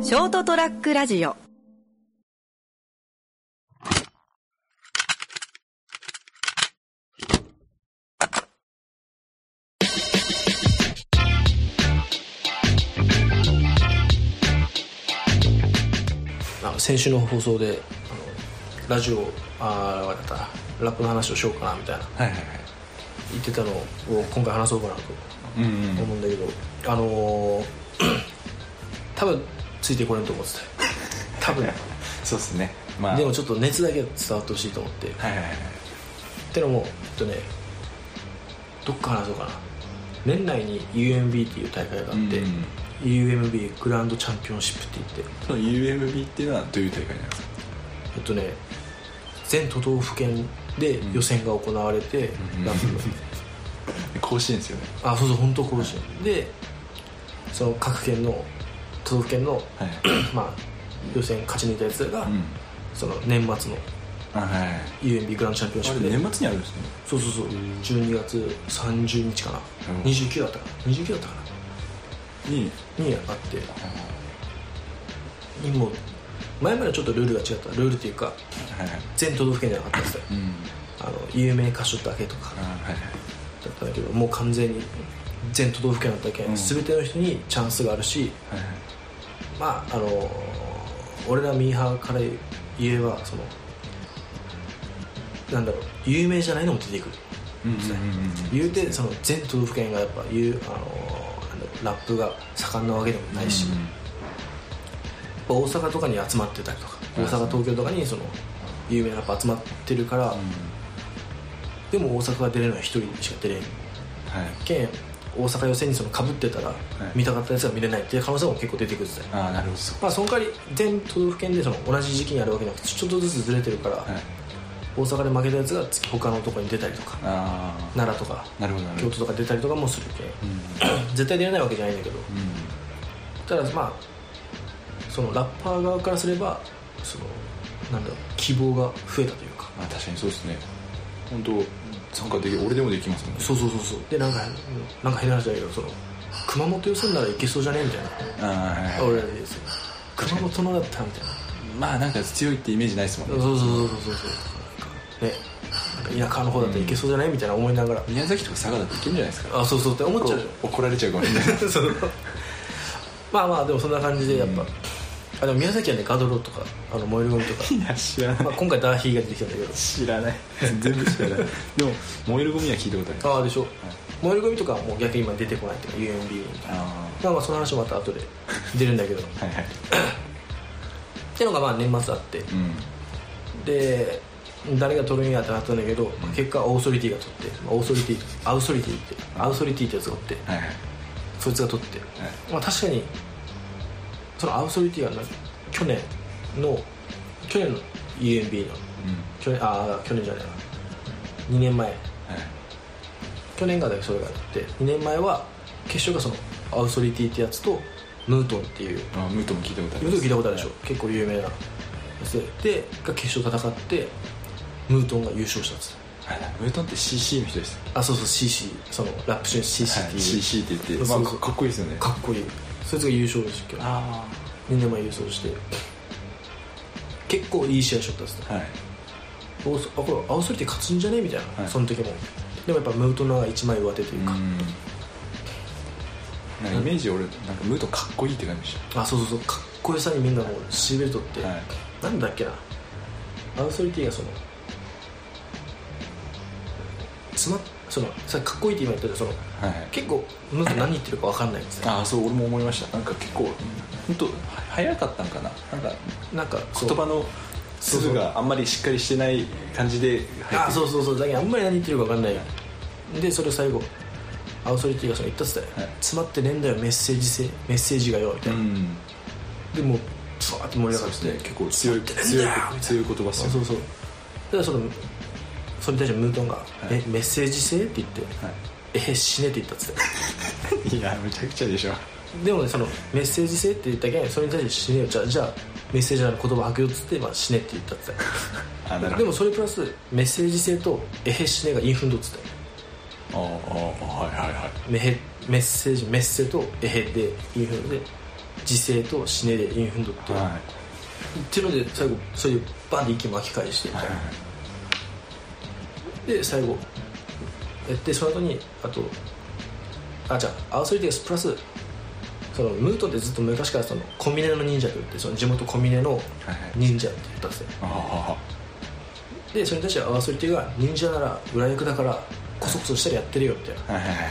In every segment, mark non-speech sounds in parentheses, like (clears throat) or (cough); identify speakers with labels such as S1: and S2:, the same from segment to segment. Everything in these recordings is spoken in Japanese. S1: ショートトラックラジオ
S2: あの先週の放送であのラジオあーなんだったラップの話をしようかなみたいな
S3: はいはいはい
S2: 言ってたのを今回話そうかなと
S3: うんうん
S2: 思うんだけど、あのー多分ついてこれんと思ってた多
S3: (laughs)
S2: 分
S3: そうですねまあ
S2: でもちょっと熱だけは伝わってほしいと思って、
S3: はいはいはい
S2: ってのもちょっとねどっから話そうかな年内に UMB っていう大会があって、
S3: うん
S2: UMB グランドチャンピオンシップって言って
S3: その UMB っていうのはどういう大会なんですか
S2: えっとね全都道府県で予選が行われて、ラップの
S3: (laughs) 甲子園ですよね
S2: あそうそう本当甲子園でその各県の都道府県の、
S3: はい
S2: まあ予選勝ち抜いたやつらが、
S3: うん
S2: その年末の
S3: あはいはい
S2: UMB グランドチャンピオンシ
S3: あ
S2: ップ
S3: れ
S2: で
S3: 年末にあるんですね
S2: そうそうそう12月30日かな
S3: うん
S2: 29だったかな29だったか
S3: に
S2: なにあってにもう前まではちょっとルールが違ったルールっていうか
S3: はいはい
S2: 全都道府県じゃなかったんですよ
S3: うん
S2: あの有名歌手だけとか
S3: あはいはい
S2: だったんだけどもう完全に全都道府県だったけ、、
S3: うんん
S2: 全ての人にチャンスがあるし
S3: はいはい
S2: まああのー俺らミーハーから言えばそのなんだろう有名じゃないのも出てくる
S3: うんうんうん
S2: 言うてその全都道府県がやっぱ言う、あのーなんだろうラップが盛んなわけでもないし、
S3: うん
S2: やっぱ大阪とかに集まってたりとか大阪東京とかにその有名なラップ集まってるから、でも大阪が出れるのは一人しか出れん
S3: はい
S2: けん大阪予選にその被ってたら見たかったやつが見れないっていう可能性も結構出てくるんですよ
S3: ああなるほどそ
S2: まあ、その代わり全都道府県でその同じ時期にやるわけじゃなくてちょっとずつずれてるから、
S3: はい
S2: 大阪で負けたやつが次他のとこに出たりとか
S3: ああ
S2: 奈良とか
S3: なるほどなる
S2: 京
S3: ほ
S2: 都
S3: ど
S2: とか出たりとかもするけ、ん、絶対出れないわけじゃないんだけど
S3: うん
S2: ただまあそのラッパー側からすればそのなんだろう希望が増えたというか
S3: まあ確かにそうですね本当参加できる俺でもできますもんね
S2: そうそうそうそうでなんかなんか変な話だけどその熊本予選ならいけそうじゃねみたいな、
S3: ああはいはい
S2: 俺らでですよ熊本のだったみたいな
S3: まあなんか強いってイメージないですもん
S2: そう
S3: ね
S2: そうそうそうそうそうねなんか田舎の方だったらいけそうじゃないみたいな思いながら、
S3: 宮崎とか佐賀だっていけんじゃないですか
S2: あそうそうって思っちゃう
S3: 怒られちゃうかもしれない
S2: じゃんそうまあまあでもそんな感じでやっぱ、あでも宮崎はねガドロとかあの燃えるゴミ (laughs) とか、
S3: いや知らな
S2: まあ、今回ダーヒーが出てきたんだけ
S3: 知らない全部知らないでも燃えるゴミは聞いたことあります
S2: どああでしょ、燃えるゴミとかはもう逆に今出てこないっていうか UMB みたいな
S3: あ
S2: まあまあその話もまた後で出るんだけ (laughs) どっ
S3: あはいはい
S2: ていうのがまあ年末あって
S3: うん
S2: で誰が取るんやってなったんだけど、まあ結果オーソリティが取って、まあオーソリティアウソリティってアウソリティってやつがおって、
S3: はいはい
S2: そいつが取って、まあ、確かにそのアウソリティがな去年の去年の UMB の
S3: うん
S2: 去年あー去年じゃないな2年前
S3: はい
S2: 去年がだけそれがあって2年前は決勝がそのアウソリティってやつとムートンっていう
S3: あムートも聞いたことあり
S2: ムート
S3: ます
S2: ン聞いたことあるでしょ結構有名なやつででが決勝戦ってムートンが優勝したんです
S3: はいはいムートンって CC の人です
S2: あそうそう CC そのラップ中に CC っていう、
S3: CC って言ってま
S2: そ
S3: あ
S2: うそう
S3: かっこいいですよね
S2: かっこいいそいつが優勝してる
S3: あ
S2: 2年前優勝して結構いい試合しとったんですよ
S3: あはい
S2: おそあこれ青ソリティ勝つんじゃねみたいな、
S3: はい
S2: その時もでもやっぱムートナーが一枚上手という
S3: うん
S2: か、
S3: なんかイメージ俺なんかムートンかっこいいって感じでし
S2: あそうそうそうかっこよさにみんなもうしびれとって、
S3: はい
S2: なんだっけな青ソリティがそのつまそのさかっこいいって今言ったけどその
S3: たはいはい
S2: 結構ムートン何言ってるか分かんないんですよ
S3: ああそう俺も思いましたなんか結構本当早かったんかななんか
S2: なんかそう
S3: 言葉の粒があんまりしっかりしてない感じで入
S2: あ
S3: って
S2: そうそうそうだけどあんまり何言ってるか分かんないでそれ最後アウソリティがその言ったっつったよ、
S3: はい
S2: 詰まってねえんだよメッセージ性メッセージがよみた
S3: う
S2: いな、
S3: ん
S2: でもうふわーって盛り上
S3: そ
S2: が
S3: う
S2: って
S3: ですね結構強い
S2: 詰
S3: 強い
S2: まってねえんだよみたい
S3: 強
S2: ない
S3: 言葉っすよ
S2: そうそうただそのそれに対してムートンが「
S3: い
S2: えメッセージ性?」って言って「
S3: は
S2: え死ね」って言ったっつって (laughs)
S3: いいやむちゃくちゃでしょ
S2: でもねそのメッセージ性って言ったけんそれに対して「死ねよ」じゃあじゃあメッセージャーの言葉吐くよっつって、まあ、死ねって言ったっつって
S3: (laughs) あなるほど
S2: でもそれプラスメッセージ性と「えへ死ね」がインフンドっつって
S3: ああはいはいはい
S2: メヘメッセージメッセとエヘでインフルで時勢と死ねでインフンドって、
S3: は
S2: っていうので最後それでバンって息巻き返してみたいな、で最後やってその後にあとあじゃあアウソリティスプラスそのムートンってずっと昔からそのコミネの忍者と言ってその地元コミネの忍者って言ったんですよ
S3: あ
S2: でそれに対してアワソリティが忍者なら裏役だからこそこそしたらやってるよみたいな
S3: あはいはいはい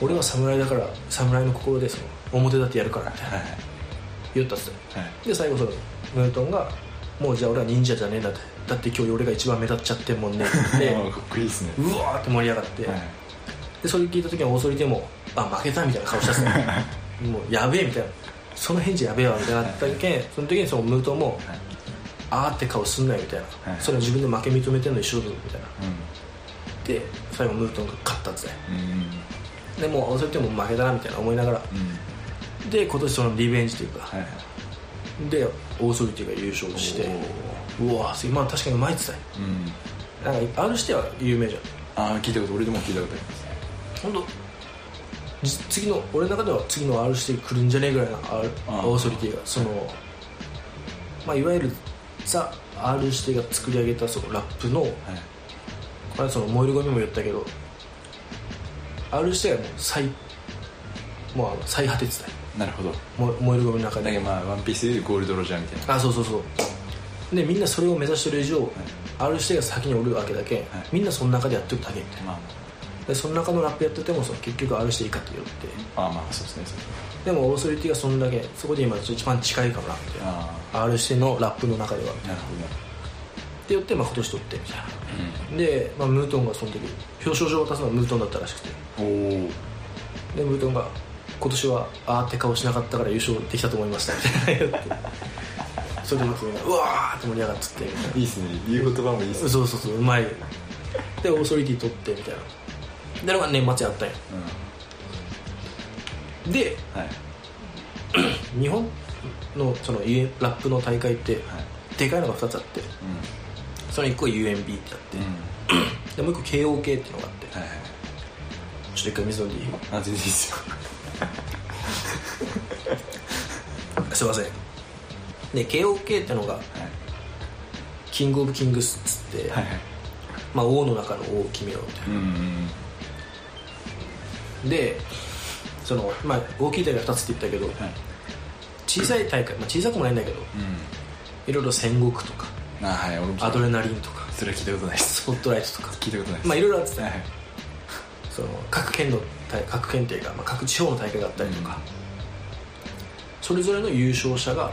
S2: 俺は侍だから侍の心でその表立ってやるからみたいな
S3: はい
S2: 言ったっすよ
S3: はい
S2: で最後そのムートンが「もうじゃあ俺は忍者じゃねえんだ」って「だって今日俺が一番目立っちゃってんもんね」って
S3: (laughs)
S2: 言
S3: あ
S2: っ
S3: ー
S2: て
S3: かっこいいですね
S2: うわーって盛り上がって、
S3: はい
S2: でそれ聞いた時にオーソリティも「あ負けた」みたいな顔したっ
S3: (laughs)
S2: すよもうやべえみたいなその返事やべえわみたいなったけんその時にそのムートンも
S3: はい
S2: 「あーって顔すんなよ」みたいな、
S3: はい
S2: それは自分で負け認めてんの一緒だぞみたいな
S3: う
S2: で最後ムートンが勝ったんですね
S3: んうん
S2: でもうそれでも負けだなみたいな思いながら
S3: うん
S2: で今年そのリベンジというか、
S3: はいはい
S2: でオーソリティが優勝してうわすげえまあ確かにうまいっつったよ
S3: うん
S2: なんか R しては有名じゃん
S3: ああ聞いたこと俺でも聞いたことあります
S2: 本当じ次の俺の中では次の R してくるんじゃねえぐらいな R
S3: ああ
S2: オーソリティがそのまあいわゆるザ・ R してが作り上げたそのラップの
S3: はい
S2: これはその燃えるゴミも言ったけど R してがもう最もうあの最果てつだよ
S3: なるほど
S2: 燃え燃えるゴミの中
S3: だ
S2: で
S3: けどまあワンピースでいうゴールドロジャーみたいな
S2: あそうそうそうでみんなそれを目指してる以上、ある人が先におるわけだけん、みんなその中でやっておくだけみたいな
S3: まあ
S2: でその中のラップやっててもその結局ある人いいかって言って
S3: まあまあそうですねそうですね
S2: でもオーソリティがそんだけそこで今一番近いかもなみたいな
S3: あ
S2: ある人のラップの中ではって
S3: あなるほ
S2: 言って、まあ、今年取ってみたいなで、まあ、ムートンがその時表彰状を渡すのはムートンだったらしくて
S3: どおお
S2: でムートンが「今年はあーって顔しなかったから優勝できたと思いました」みたいな言ってそれでまたみんなうわーって盛り上がっつってみたいない
S3: いですね言う言葉もいいっす
S2: そう
S3: ね
S2: そうそううまいでオーソリティ取ってみたいなでのが年末やったんよ
S3: うん
S2: で
S3: はい
S2: 日本のそのゆえラップの大会って
S3: はい
S2: でかいのが2つあって
S3: うん
S2: その1個が UMB ってあって
S3: うん
S2: でもう1個 KOK っていうのがあって
S3: はいはい
S2: ちょっと一回水飲んでいい
S3: あ全然いいですよ
S2: すいませんで KOK ってのが
S3: はい
S2: キングオブキングスっつって、
S3: はいはい
S2: まあ、王の中の王を決めようみたい
S3: うんうん
S2: なでその、まあ、大きい大会2つって言ったけど
S3: はい
S2: 小さい大会、まあ、小さくもないんだけど
S3: うん
S2: いろいろ戦国とか
S3: あはい俺も
S2: アドレナリンとか
S3: それは聞いたことないです
S2: スポットライトとか
S3: 聞いたことないです
S2: まあいろいろあってた
S3: はいはい
S2: その各県の大各県っていうか、まあ、各地方の大会があったりとか、それぞれの優勝者が、
S3: は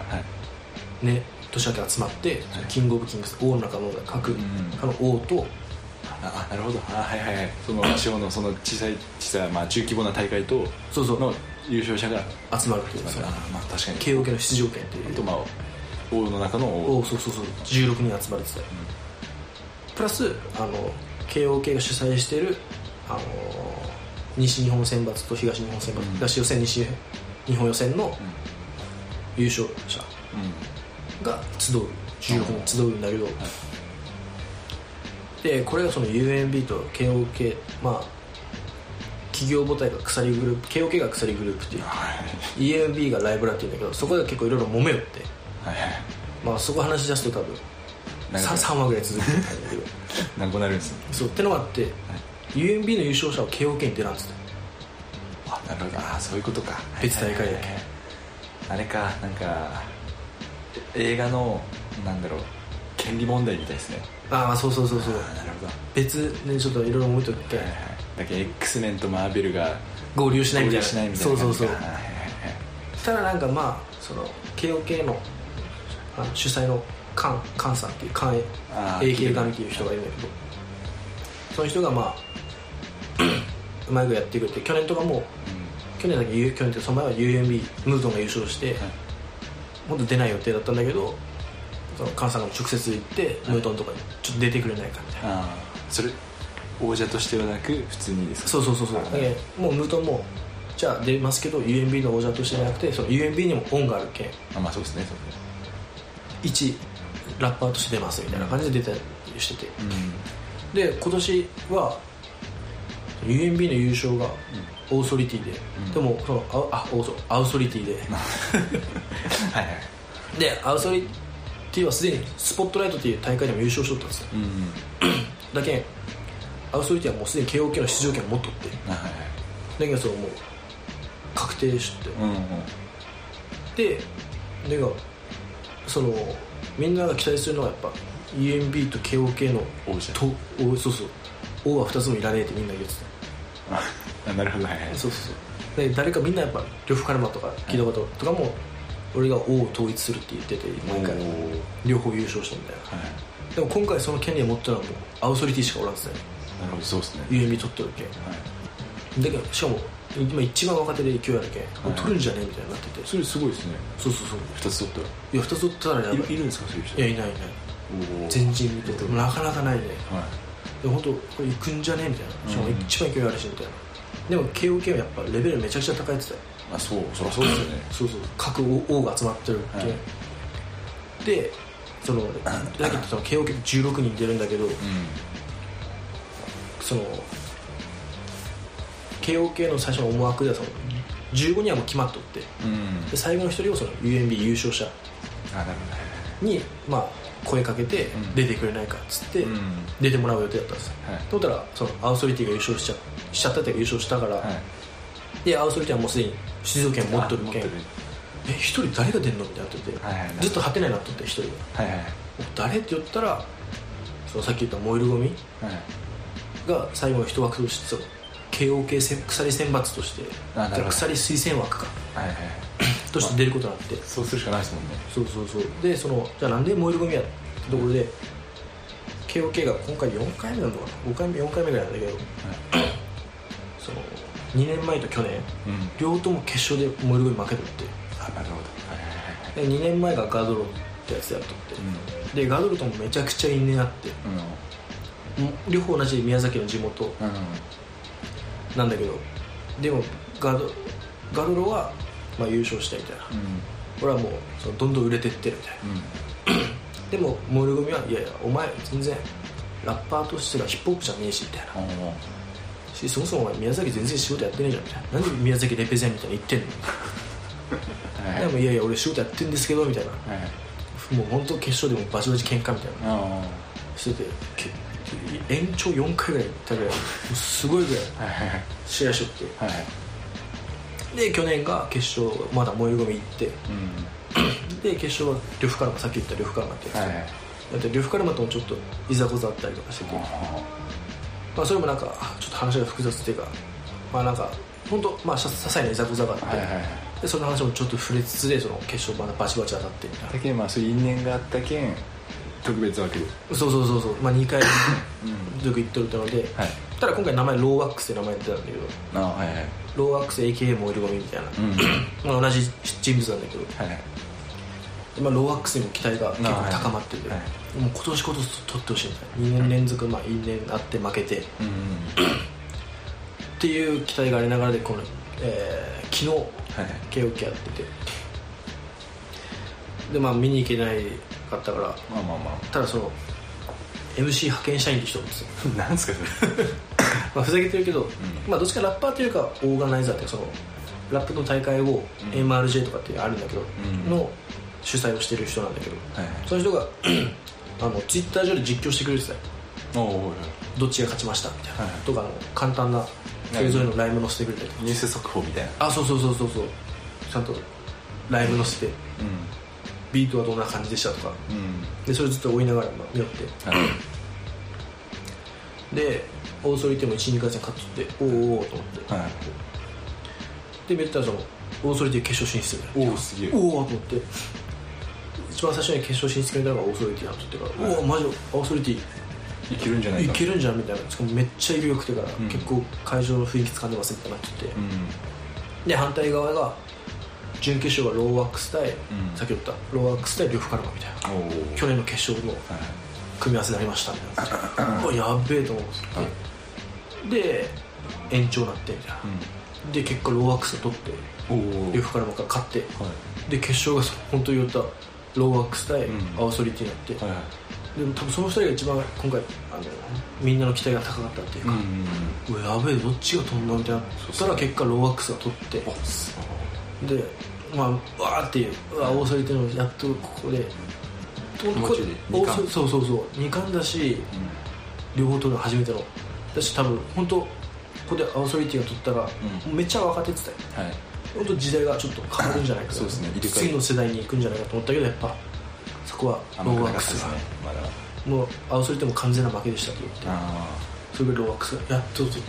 S3: い
S2: ね、年明け集まって、
S3: はい
S2: キングオブキングス王の中の各、
S3: ん
S2: あの王と
S3: ああなるほどあはいはいはいその地方のその小さい小さいまあ中規模な大会と
S2: そうそう
S3: の優勝者が
S2: 集まるっていうその
S3: あまあ確かに
S2: KOK の出場権っていう
S3: とまあ王の中の王
S2: 王そうそうそう16人集まるってたよ、プラスあの KOK が主催してるあの西日本選抜と東日本選抜、
S3: うん
S2: 東予選西日本予選の優勝者、
S3: う
S2: が集う16人集うんだけど、でこれがその UMB と KOK まあ企業母体が鎖グループ KOK が鎖グループっていうん
S3: はい
S2: EMB がライブラっていうんだけどそこで結構いろいろ揉めよって
S3: はいはい
S2: まあそこ話し出すと多分
S3: 長
S2: 3,
S3: く
S2: 3話ぐらい続くみたいなんだ
S3: (laughs)
S2: けど
S3: 何個なるんですね
S2: そうってのがあって UMB の優勝者は KOK に出らんっつって
S3: あなるほどあそういうことか
S2: 別大会だけ
S3: あれかなんか映画のなんだろう権利問題みたいですね
S2: ああそうそうそうそう
S3: なるほどは
S2: 別でちょっといろいろ揉めとって
S3: いはいだけど X メンとマーベルが
S2: 合流しないみたいな
S3: しないみたい
S2: そ
S3: な
S2: うそうそう
S3: 感じかはいはいはい
S2: ただなんかまあその KOK のあの主催のカンカンさんっていうカン
S3: あー
S2: AK 神っていう人がいるんだけどその人がまあうまい具合やってくれて去年とかも去年だけ去年ってその前は UMB ムートンが優勝して、もっと出ない予定だったんだけどそのカンさんが直接行って、ムートンとかにちょっと出てくれないかみたいな、
S3: あーそれ王者としてはなく普通にですか
S2: そうそうそうそうだけどもうムートンもじゃあ出ますけど UMB の王者としてじゃなくてその UMB にも恩があるけん
S3: あまあそうですねそうですね
S2: 一ラッパーとして出ますみたいな感じで出たりしてて
S3: うん
S2: で今年は UMB の優勝がオーソリティで、
S3: うん
S2: でもそのああオーソアウソリティで
S3: (laughs) はいはい
S2: でアウソリティはすでにスポットライトっていう大会でも優勝しとったんですよ
S3: うん
S2: だけんアウソリティはもうすでに KOK の出場権を持っとってだ
S3: はいはい
S2: けどそのもう確定して
S3: うんうん
S2: ででがそのみんなが期待するのはやっぱ UMB と KOK の
S3: 王者
S2: とおそうそう王は2つもいらねえってみんな言って
S3: あなるほどはいはい
S2: たそうそうそうで誰かみんなやっぱ呂布カルマとか聞いたこととかも俺が王を統一するって言ってて毎回
S3: おー
S2: 両方優勝したみたいな
S3: はい
S2: でも今回その権利を持ったのはもうアウソリティしかおらんっすね
S3: なるほどそうですね
S2: UMB 取っとるけん
S3: はい
S2: だけどしかも今一番若手で勢いあるけん、取るんじゃねえみたいになってて
S3: それすごいですね
S2: そうそうそう
S3: 2つ取っ
S2: いや2つ取ったら
S3: た
S2: や
S3: らい
S2: ばい
S3: るいるんですかそういう
S2: い
S3: 人
S2: やいないいない
S3: おお
S2: 全人見ててもなかなかないね
S3: は
S2: で本当これ行くんじゃねえみたいなしかも
S3: うん
S2: 一番勢いあるしみたいなでも KOK はやっぱレベルめちゃくちゃ高いって言って
S3: いあそうそりゃそうですよね
S2: たよそうそう各王王が集まってるって、
S3: はい
S2: でそのさっき言ったその KOK って16人出るんだけど
S3: う
S2: その KOK の最初の思惑ではその15人はもう決まっとって
S3: んうん
S2: で最後の1人をその UNB 優勝者
S3: あなるほどはい
S2: にまあ声かけて
S3: ん
S2: 出てくれないかっつって、
S3: うん
S2: 出てもらう予定だったんですよ
S3: はい
S2: と思ったらそのアウソリティが優勝しちゃしちゃったっていうか優勝したから、
S3: はい
S2: でアウソリティはもうすでに出場権持っとる
S3: あ持っ
S2: けん
S3: て
S2: え
S3: る
S2: 一人誰が出んのみたいになってて、
S3: はいはい
S2: ずっとハテナになっとって一人が
S3: はいはい
S2: 誰って言ったらそのさっき言った燃えるゴミ
S3: はい
S2: が最後の一枠としてその KOK せ鎖選抜として
S3: あなるほど
S2: 鎖推薦枠か
S3: はいはい
S2: として出ることになって、
S3: そうするしかないですもんね
S2: そうそうそうでそのじゃあなんで燃えるゴミやってところで KOK が今回4回目なのかな5回目4回目ぐらいなんだけどその2年前と去年
S3: うん
S2: 両方とも決勝で燃えるゴミ負けとって
S3: あなるほどはいはいはいはい
S2: で2年前がガドロってやつやっとって、
S3: う
S2: でガドロともめちゃくちゃ因縁あって
S3: ん
S2: もう両方同じ宮崎の地元
S3: うんうん
S2: なんだけどでもガドガドロは、まあ、優勝したいみたいな俺はもうそのどんどん売れてってるみたいな
S3: うん
S2: でもモール組はいやいやお前全然ラッパーとしてはヒップホップじゃねえしみたいな
S3: おー
S2: しそもそもお前宮崎全然仕事やってねえじゃんみたいななんで宮崎レペゼンみたいな言ってんの
S3: は
S2: で
S3: い
S2: もいやいや俺仕事やってんですけどみたいな
S3: はい
S2: もう本当決勝でもバチバチ喧嘩みたいな
S3: あ
S2: しててけ延長4回ぐらい行ったぐらいもうすごいぐらい
S3: ーはいはいはい
S2: 試合しとっ
S3: はいはい
S2: てで去年が決勝まだ燃えるゴミ行って
S3: うん
S2: で決勝は呂布カルマさっき言った呂布カルマってやつ、
S3: はいはい
S2: だって呂布カルマともちょっといざこざあったりとかしてて、
S3: あ
S2: まあ、それもなんかちょっと話が複雑っていうかまあなんか本当まあさ些細ないざこざがあって、
S3: ーはいはいはい
S2: でその話もちょっと触れつつでその決勝まだバチバチ当たってみたい
S3: だけんまあそういう因縁があったけん特別わけで
S2: なそうそうそうそう、まあ、2回
S3: うん
S2: 続行っとるってので、
S3: はい
S2: ただ今回名前ローワックスって名前出たんだけど
S3: あーはいはい
S2: ローワックス AKA 燃えるゴミみたいな、
S3: うん
S2: まあ、同じ人物なんだけど、
S3: はいはい
S2: まあ、ローワックスにも期待が結構高まってて、
S3: はい
S2: もう今年こそ取ってほしいみたいな2年連続まあ因縁あって負けてっ
S3: うん
S2: ていう期待がありながらでこの、えー昨日
S3: はいはい
S2: KOK やっててでまあ見に行けないかったから
S3: まあまあま
S2: ただその MC 派遣社員って人なん
S3: (laughs)
S2: ですよ、
S3: あなんすかそれ
S2: まあ、ふざけてるけど、まあどっちかラッパーというかオーガナイザーっていうかそのラップの大会を MRJ とかってあるんだけど、
S3: うん
S2: の主催をしてる人なんだけど、
S3: はいはい
S2: その人が (clears throat) あのツイッター上で実況してくれてたよ
S3: おおー
S2: どっちが勝ちましたみたいな、
S3: はい
S2: とかあの簡単なそれぞれのライブ載せてくれたりとか
S3: ニュース速報みたいな
S2: あそうそうそうそうそうちゃんとライブ載せて
S3: う
S2: ビートはどんな感じでしたとか
S3: んうん
S2: でそれずっと追いながら見よって
S3: はい
S2: で大ソリティも12回戦勝っとっておおおおと思って、
S3: はい
S2: で見てたらその大ソリティ決勝進出みたいな
S3: おおすげえ
S2: おおと思って一番最初に決勝進出決めたのが大ソリティなっとってから、
S3: はい
S2: おおマジ大ソリティ
S3: いけるんじゃない
S2: い
S3: か
S2: けるんじゃんみたいなしかもめっちゃ勢いよくてから、
S3: ん
S2: 結構会場の雰囲気掴んでますみたいになっとって、
S3: うん
S2: で反対側が準決勝がローワックス対、
S3: うん
S2: さっき言ったローワックス対呂布カルマみたいな
S3: おおー
S2: 去年の決勝の
S3: はいはい
S2: 組み合わせになりましたみたいなうわやっべえと思ってで延長になってみたいな、で結果ローワックスを取って
S3: おお
S2: 呂布カルマが勝って
S3: は
S2: で決勝がその本当に言ったローワックス対
S3: ん
S2: アウソリティになって、
S3: いはいはい
S2: でも多分その2人が一番今回あのみんなの期待が高かったっていう
S3: うん
S2: か
S3: う、ん
S2: うわやべえどっちが飛んだみたいな
S3: そう
S2: そしたら結果ローワックスが取ってでまあわーっていううわ大反りっていうのをやっとここでと
S3: 気持
S2: こ
S3: ちいい
S2: 大
S3: 二冠
S2: 反りそうそうそう2冠だし両方取るの初めてのだし多分本当ここで青ソリティが取ったら、めっちゃ若手ってたよ
S3: はい
S2: 本当時代がちょっと変わるんじゃないか
S3: (laughs) そうですね入れ替え
S2: 次の世代に行くんじゃないかと思ったけどやっぱそこはロ
S3: 甘
S2: ー
S3: く
S2: ワッ
S3: なか
S2: ク
S3: ったで
S2: ス
S3: す
S2: が、
S3: ねまだ
S2: もう青ソリティも完全な負けでしたと言って
S3: あ
S2: それぐらいローワックスがやっと取って
S3: あ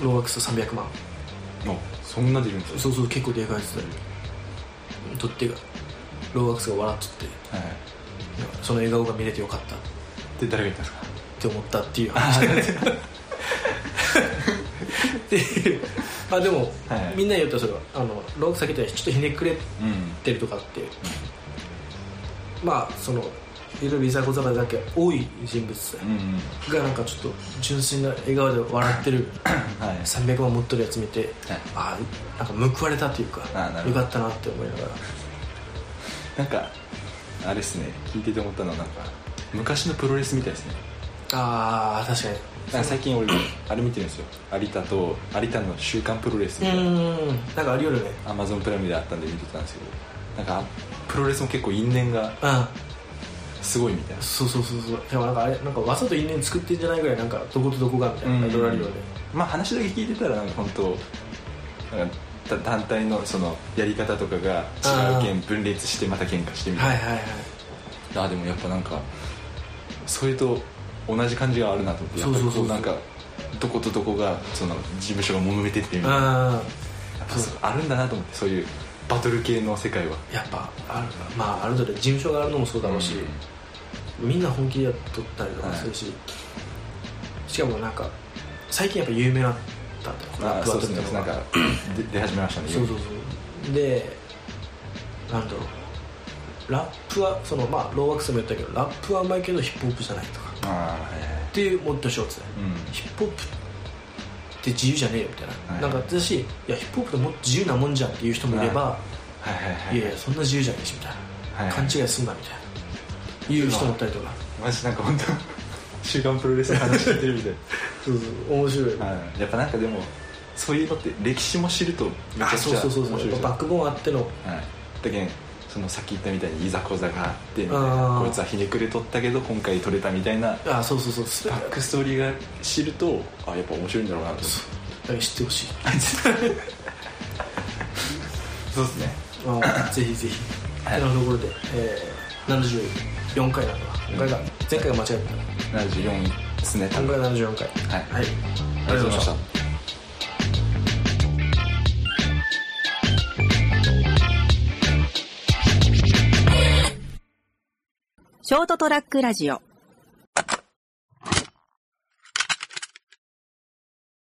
S3: うん
S2: ローワックス300万
S3: うんおそんな出るんです
S2: そうそう結構でかいやつだよ取ってがローワックスが笑っとって
S3: はい
S2: その笑顔が見れてよかったっ
S3: で誰が言ったんですか
S2: て思ったっていう話なんですよっていうまあでも、
S3: はい
S2: みんなに言ったらそれはあのローワックス避けてちょっとひねくれ
S3: うん
S2: ってるとかって、まあそのいろいろリサコザバだけ多い人物
S3: うん
S2: がなんかちょっと純粋な笑顔で笑ってる
S3: はい
S2: 300万持ってるやつ見て、ああなんか報われたというか
S3: あーなる
S2: よ
S3: ほ
S2: か
S3: ど
S2: ったなって思いながら
S3: なんかあれですね聞いてて思ったのはなんか昔のプロレスみたいですね
S2: ああ確かに
S3: なんか最近俺 (clears throat) もあれ見てるんですよ有田と有田の「週刊プロレス」みたいな
S2: うんなんかありよるね
S3: アマゾンプライムであったんで見てたんですけどなんかプロレスも結構因縁が
S2: うん
S3: すごいみたいな
S2: そうそうそうそうでもなんかあれなんかわざと因縁作ってんじゃないぐらいなんかどことどこがみたいな、ドラリオで
S3: まあ話だけ聞いてたらなんか本当なんかた団体のそのやり方とかが違うけん分裂してまた喧嘩してみた
S2: は
S3: いない
S2: はいはい
S3: あでもやっぱなんかそれと同じ感じがあるなと思って
S2: そうそうそうそう
S3: やっぱりこなんかどことどこがその事務所が揉めてっていうのが
S2: あ
S3: やっぱそうあるんだなと思ってそういうバトル系の世界は
S2: あやっぱあるまあある程度事務所があるのもそうだろうし、みんな本気でやっとったりとかするし、しかもなんか最近やっぱ有名だったってこと
S3: あ
S2: ラップ
S3: そう
S2: バ
S3: で
S2: トル
S3: すね
S2: って
S3: な
S2: の
S3: ん
S2: が
S3: かで出始めましたね
S2: そうそうそうでなんだろうラップはそのまあローワックスも言ったけどラップはうまいけどヒップホップじゃないとか
S3: ああはいはい
S2: っていうもっとショーツだよ
S3: うん
S2: ヒップホップって自由じゃねえよみたいな、
S3: はい
S2: なんか私いやヒップホップってもっと自由なもんじゃんっていう人もいれば、
S3: はいはいはい
S2: い、やいやそんな自由じゃねえしみたいな、
S3: はい
S2: 勘違いすんなみたいないう人もいたりとか
S3: マジなんか本当週刊プロレスの話してるみたい
S2: そうそう面白い、
S3: なはいやっぱなんかでもそういうのって歴史も知るとめちゃ
S2: あ
S3: く
S2: そう
S3: ちゃ
S2: そ
S3: 面
S2: うそう
S3: 白
S2: そや
S3: いうです
S2: っ
S3: よ
S2: ぱバックボーンあっての
S3: はい、だけんそのさっき言ったみたいにいざこざがあってみたい
S2: あ
S3: な
S2: ー
S3: こいつはひねくれとったけど今回取れたみたいな
S2: あそうそうそうす
S3: バックストーリーが知るとあやっぱ面白いんだろうなとそ
S2: 知ってほしいう
S3: ですね
S2: あーぜひぜひ。
S3: はい
S2: てなところで、えー、74回なのは、今回が、前回が間違えた。
S3: 74ですね多
S2: 今
S3: 分
S2: 回が74回。
S3: はい
S2: はい。あり
S3: あ
S2: がとうございました。
S1: ショートトラックラジオ